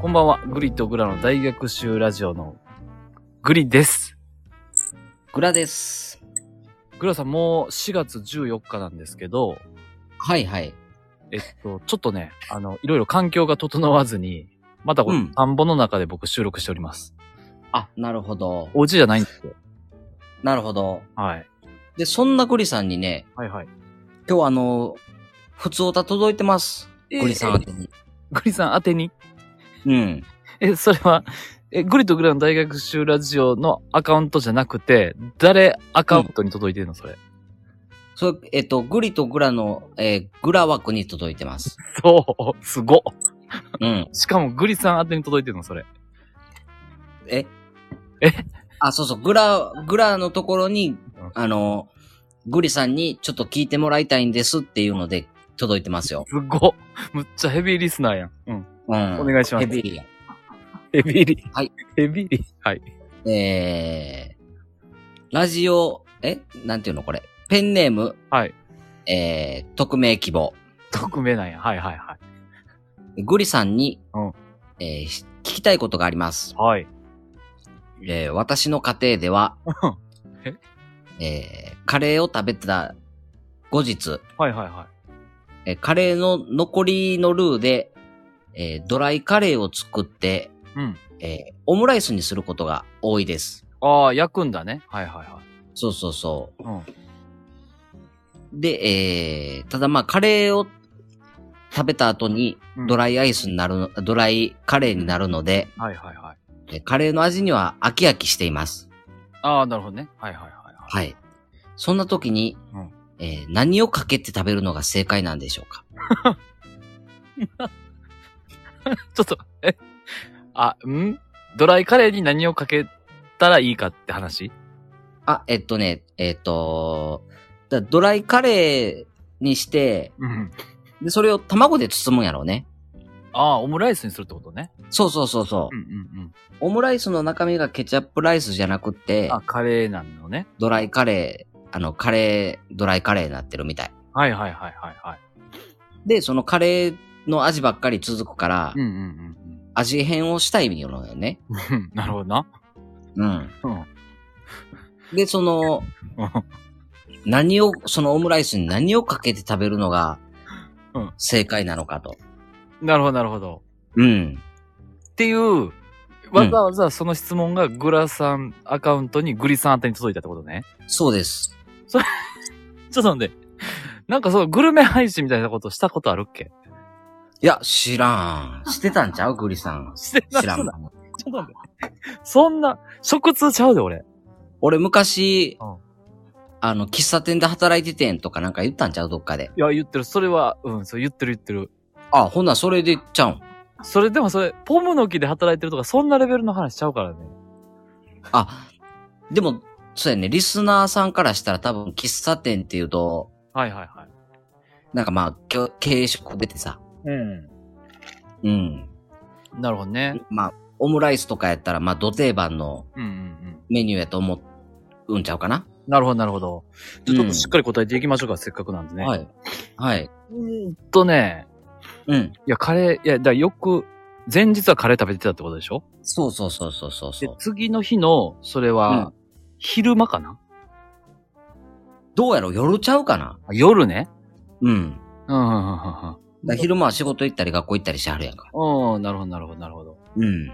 こんばんは。グリとグラの大学習ラジオのグリです。グラです。グラさん、もう4月14日なんですけど、はいはい。えっと、ちょっとね、あの、いろいろ環境が整わずに、またこうのん田んぼの中で僕収録しております。あ、なるほど。お家じゃないんですよ。なるほど。はい。で、そんなグリさんにね、はいはい。今日あの、普通歌届いてます。グリさん宛てに。グリさん宛てに、うん。え、それは、え、グリとグラの大学習ラジオのアカウントじゃなくて、誰アカウントに届いてるのそれ。それ、えっと、グリとグラの、えーグラ枠に届い てます。そう、すごっ。うん。しかもグリさん宛てに届いてるのそれ。ええあ、そうそう、グラ、グラのところに、あの、グリさんにちょっと聞いてもらいたいんですっていうので届いてますよ。すごっ。むっちゃヘビーリスナーやん。うん。うん。お願いしますヘビーや。ヘビーリ。はい。ヘビーリ。はい。えー、ラジオ、えなんていうのこれ。ペンネーム、はい。えー、匿名希望。匿名なんや。はいはいはい。グリさんに、うんえーし聞きたいことがあります。はい。えー私の家庭では、 ええーカレーを食べた後日、はいはいはえーカレーの残りのルーで、えードライカレーを作って、い。うん。えーオムライスにすることが多いです。ああ、焼くんだね。はいはいはい。そうそうそう。うん。で、えー、ただまあカレーを食べた後にうんドライアイスになるの、ドライカレーになるので、はいはいはい。えカレーの味には飽き飽きしています。ああ、なるほどね。はいはいはいはい。はい。そんな時に、うんえー何をかけて食べるのが正解なんでしょうかちょっと、えあ、んドライカレーに何をかけたらいいかって話あ、えっとね、えっと、だドライカレーにして、うん。で、それを卵で包むんやろうね。ああ、オムライスにするってことね。そうそうそうそう。んうんオムライスの中身がケチャップライスじゃなくうて、あ、カレーなんのね。ドライカレー、あの、カレー、ドライカレーになってるみたい。はいはいはいはいはい。で、そのカレーの味ばっかり続くから、うんうん味変をしたいのよね。うんうん。 なるほどな。うん。うん。で、その、何を、そのオムライスに何をかけて食べるのがうん、正解なのかと。なるほどなるほど。うん。っていう、わざわざその質問がグラさんアカウントにグリさん宛てに届いたってことね。そうです。ちょっとなんで、なんかそう、グルメ配信みたいなことしたことあるっけいや、知らん。してたん ちゃうグリさん。してな知らそうんだ。。ちょっと待って。そんな、食通ちゃうで俺。俺昔うん、あの、喫茶店で働いててんとかなんか言ったんちゃうどっかで。いや、言ってる。それは、うん、そう、言ってる言ってる。あ、ほんならそれでちゃうん。それでもそれ、ポムの木で働いてるとか、そんなレベルの話しちゃうからね。あ、でも、そうやね、リスナーさんからしたら多分喫茶店っていうと、はいはいはい。なんかまあ、きょ軽食出てさ、ううん。ん。なるほどね。まあ、オムライスとかやったら、まあ、土定番のうんうんうん。メニューやと思うんちゃうかな、なるほどなるほど。じゃあちょっうとんしっかり答えていきましょうか、せっかくなんでね。。はいい。はい。うーんとね、うん。いや、カレー、いや、だからよく、前日はカレー食べてたってことでしょそうそうそうそうそうそでう、。次の日の、それうんは、昼間かな、どうやろ夜ちゃうかなあ夜ね。うん。うん、うん、うんだ昼間は仕事行ったり学校行ったりしてはるやんか。うん、うん。なるほど、なるほど、なるほど。うん。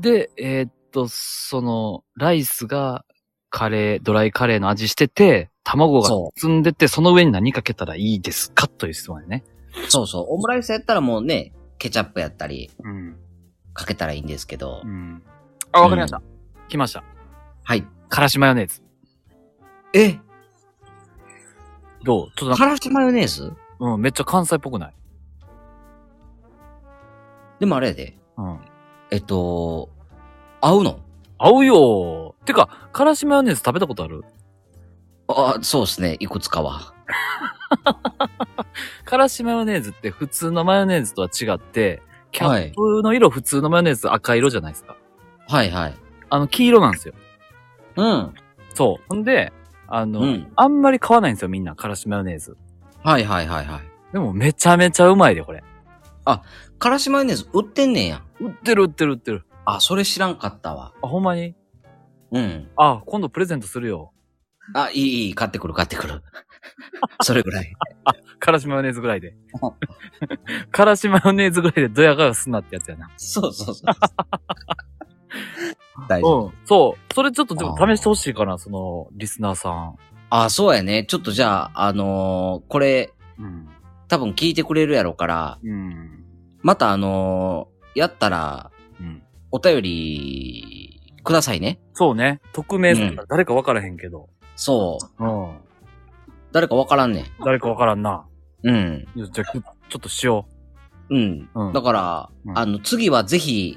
で、えーっと、その、ライスが、カレー、ドライカレーの味してて、卵がそ積んでて、その上に何かけたらいいですかという質問やね。そうそう。オムライスやったらもうね、ケチャップやったりうん。かけたらいいんですけど。うん。あ、わかりました。来ました。はい。からしマヨネーズ。えどうちょっとなんか、からしマヨネーズうん、めっちゃ関西っぽくないでもあれやで。うん。えっと、合うの合うよーてか、からしマヨネーズ食べたことあるあ、そうですね。いくつかは。からしマヨネーズって普通のマヨネーズとは違って、キャはッいプの色、普通のマヨネーズ赤色じゃないですか。はいはい。あの、黄色なんですよ。うん。そう。ほんで、あの、うんあんまり買わないんですよ、みんな、からしマヨネーズ。はいはいはいはい。でも、めちゃめちゃうまいで、これ。からしマヨネーズ売ってんねんや。売ってる売ってる売ってる。あ、それ知らんかったわ。あ、ほんまにうん。あ、今度プレゼントするよ。あ、いい、いい、買ってくる、買ってくる。 それぐらい。からしマヨネーズぐらいで。 からしマヨネーズぐらいでドヤ顔すんなってやつやな。そうそ うそう。大丈夫。うん。そう。それちょっとでも試してほしいかな、その、リスナーさん。あ、そうやね。ちょっとじゃあ、あのーこれ、うん。多分聞いてくれるやろから、うん。またあのーやったら、うん。お便り、くださいね。そうね。匿名さん、う誰かわからへんけど。そう。うん。誰かわからんねん。誰かわからんな。うん。いやじゃあ、ちょちょっとしようん。う。うん。だから、うんあの、次はぜひ、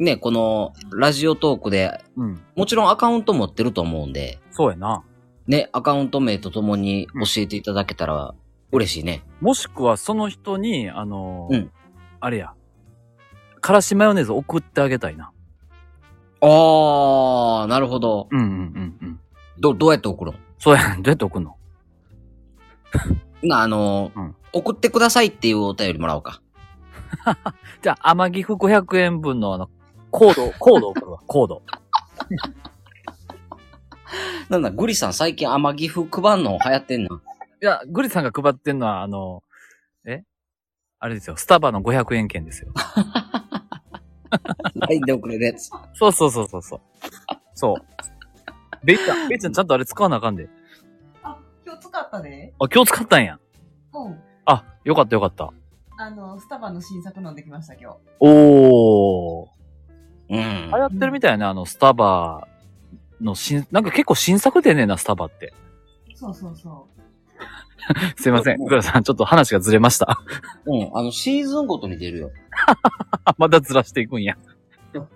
ね、この、ラジオトークで、うん。もちろんアカウント持ってると思うんで、そうやな。ね、アカウント名とともに教えていただけたら嬉しいね。もしくは、その人に、あのーうんあれや、からしマヨネーズ送ってあげたいな。あー、なるほど。うんうんうんうん。ど、どうやって送るのそうや、どうやって送るのな、あの、うん送ってくださいっていうお便りもらおうか。じゃあ、甘ギフ500円分のあの、コー ド、コード送るわ、コード。なんだ、グリさん最近甘ギフ配んの流行って んな。いや、グリさんが配ってんのは、あの、えあれですよ、スタバの500円券ですよ。 LINE で送れるやつ。そうそうそうそうそう。そう。ベイちゃん、ベイちゃんちゃんとあれ使わなあかんで。あ、今日使ったで。あ、今日使ったんや。うん。あ、よかったよかった。あの、スタバの新作飲んできました、今日。おー。うん流。行ってるみたいな、あの、スタバの新、なんか結構新作でねえな、スタバって。 そうそうそう。すいません。グラさん、ちょっと話がずれました。 うん、あの、シーズンごとに出るよ。あまだずらしていくんや。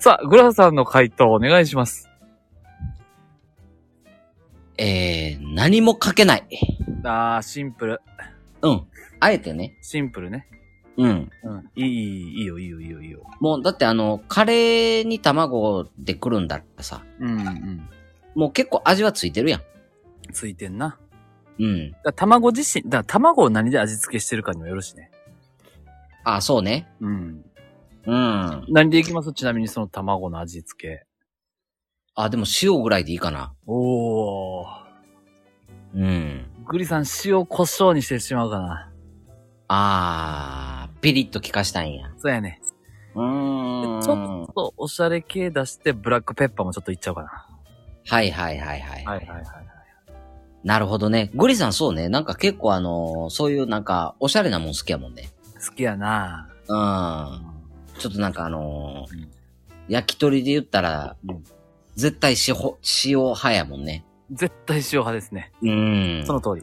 さあ、グラさんの回答お願いします。えー、何も書けない。あー、シンプル。うん。あえてね。シンプルね。うん。うん。いい、いいよ、いいよ、いいよ、いいよ。もう、だってあの、カレーに卵でくるんだってさ、うん、うん。もう結構味はついてるやん。ついてんな。うん。だ卵自身、だ卵を何で味付けしてるかにもよるしね。あ、そうね。うん。うん。何でいきますちなみにその卵の味付け。あ、でも塩ぐらいでいいかな。おー。うん。グリさん、塩胡椒にしてしまうかな。あー、ピリッと効かしたいんや。そうやね。うーん。ちょっとおしゃれ系出して、ブラックペッパーもちょっといっちゃおうかな。はいはいはいはい。いはいはい。なるほどね。グリさんそうね。なんか結構あのーそういうなんか、おしゃれなもん好きやもんね。好きやなうん。ちょっとなんかあのーうん焼き鳥で言ったら、うん絶対塩、塩派やもんね。絶対塩派ですね。うん。その通り。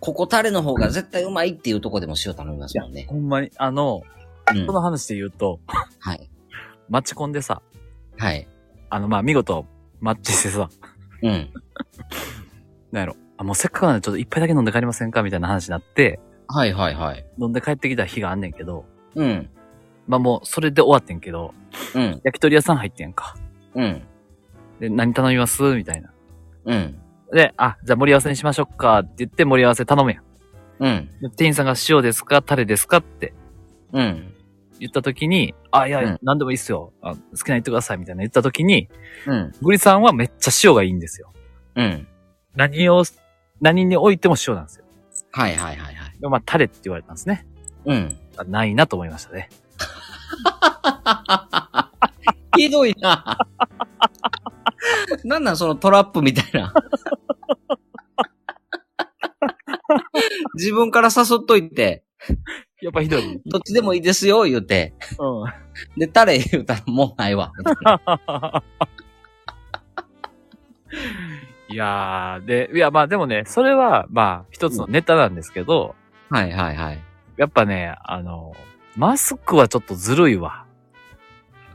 ここタレの方が絶対うまいっていうとこでも塩頼みますもんね。ほんまに、あの、うんこ。の話で言うと、はい。マチコンでさ、はい。あの、まあ、見事、マッチしてさ、うん。なんやろ。あ、もうせっかくなんでちょっと一杯だけ飲んで帰りませんかみたいな話になって、はいはいはい。飲んで帰ってきた日があんねんけど、うん。まあ、もうそれで終わってんけど、うん。焼き鳥屋さん入ってんやんか。うん。で、何頼みますみたいな。うん。で、あ、じゃあ盛り合わせにしましょうかって言って盛り合わせ頼むやん。うん。で店員さんが塩ですかタレですかってうん。言った時に、あ、いや、うん何でもいいっすよ。あ好きなの言ってください、みたいな言った時に、うん。グリさんはめっちゃ塩がいいんですよ。うん。何を、何においても塩なんですよ。はいはいはいはい。でまあ、タレって言われたんですね。うん。 あないなと思いましたね。ひどいな。 なんなんそのトラップみたいな。 自分から誘っといて、やっぱひどい。どっちでもいいですよ、言うて。うん。で、タレ言うたらもうないわ。みたいな いやー、で、いや、まあでもね、それは、まあ、一つのネタなんですけど、はいはいはい。やっぱね、あの、マスクはちょっとずるいわ。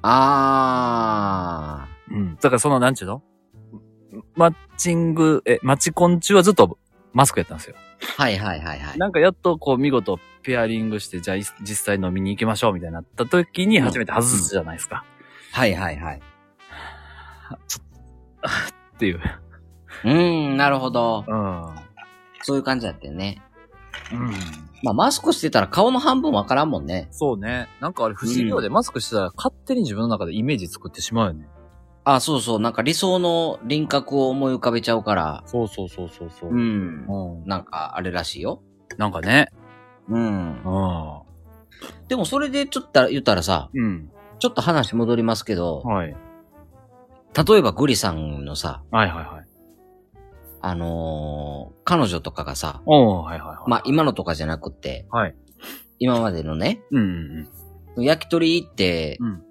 あうん。だからその、なんちゅうのマッチング、え、マチコン中はずっとマスクやったんですよ。ー。はいはいはいはい。なんかやっとこう見事ペアリングして、じゃあい実際飲みに行きましょうみたいになった時に初めて外すじゃないですか。はいはいはい。っていう。うーん、なるほど。うん。そういう感じだったよね。うん。まあ、マスクしてたら顔の半分わからんもんね。そうね。なんかあれ不思議よね。マスクしてたら勝手に自分の中でイメージ作ってしまうよね。あ、そうそう。なんか理想の輪郭を思い浮かべちゃうから。そうそうそうそうそうう。ん。うん。なんか、あれらしいよ。なんかね。ううん。ん。でもそれでちょっと言ったらさ、うん。ちょっと話戻りますけど、はい。例えばグリさんのさ、はいはいはい。あのー彼女とかがさ、おー、はいはいはい。まあ、今のとかじゃなくて、はい。今までのね、うんうん焼き鳥行って、うん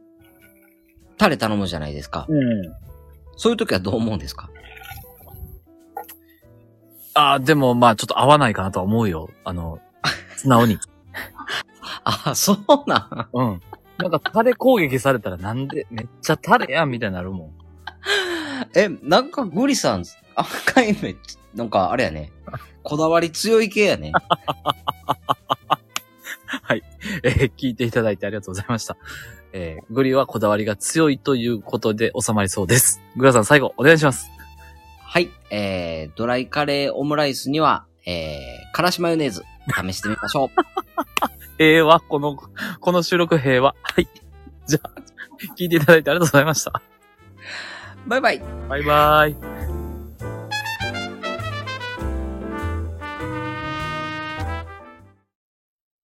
タレ頼むじゃないですか。うん。うん。そういう時はどう思うんですかああ、でもまあちょっと合わないかなとは思うよ。あ の、素直に。あ、そうなん。うん。なんかタレ攻撃されたらなんで、めっちゃタレやんみたいになるもん。え、なんかグリさん、赤い目、なんかあれやね。こだわり強い系や ね。えー聞いていただいてありがとうございました。えーグリはこだわりが強いということで収まりそうです。グラさん最後お願いします。はい。えー、ドライカレーオムライスには、えー、からしマヨネーズ、試してみましょう。平和、この、この収録平和。はい。じゃあ、聞いていただいてありがとうございました。バイバイ。バイバーイ。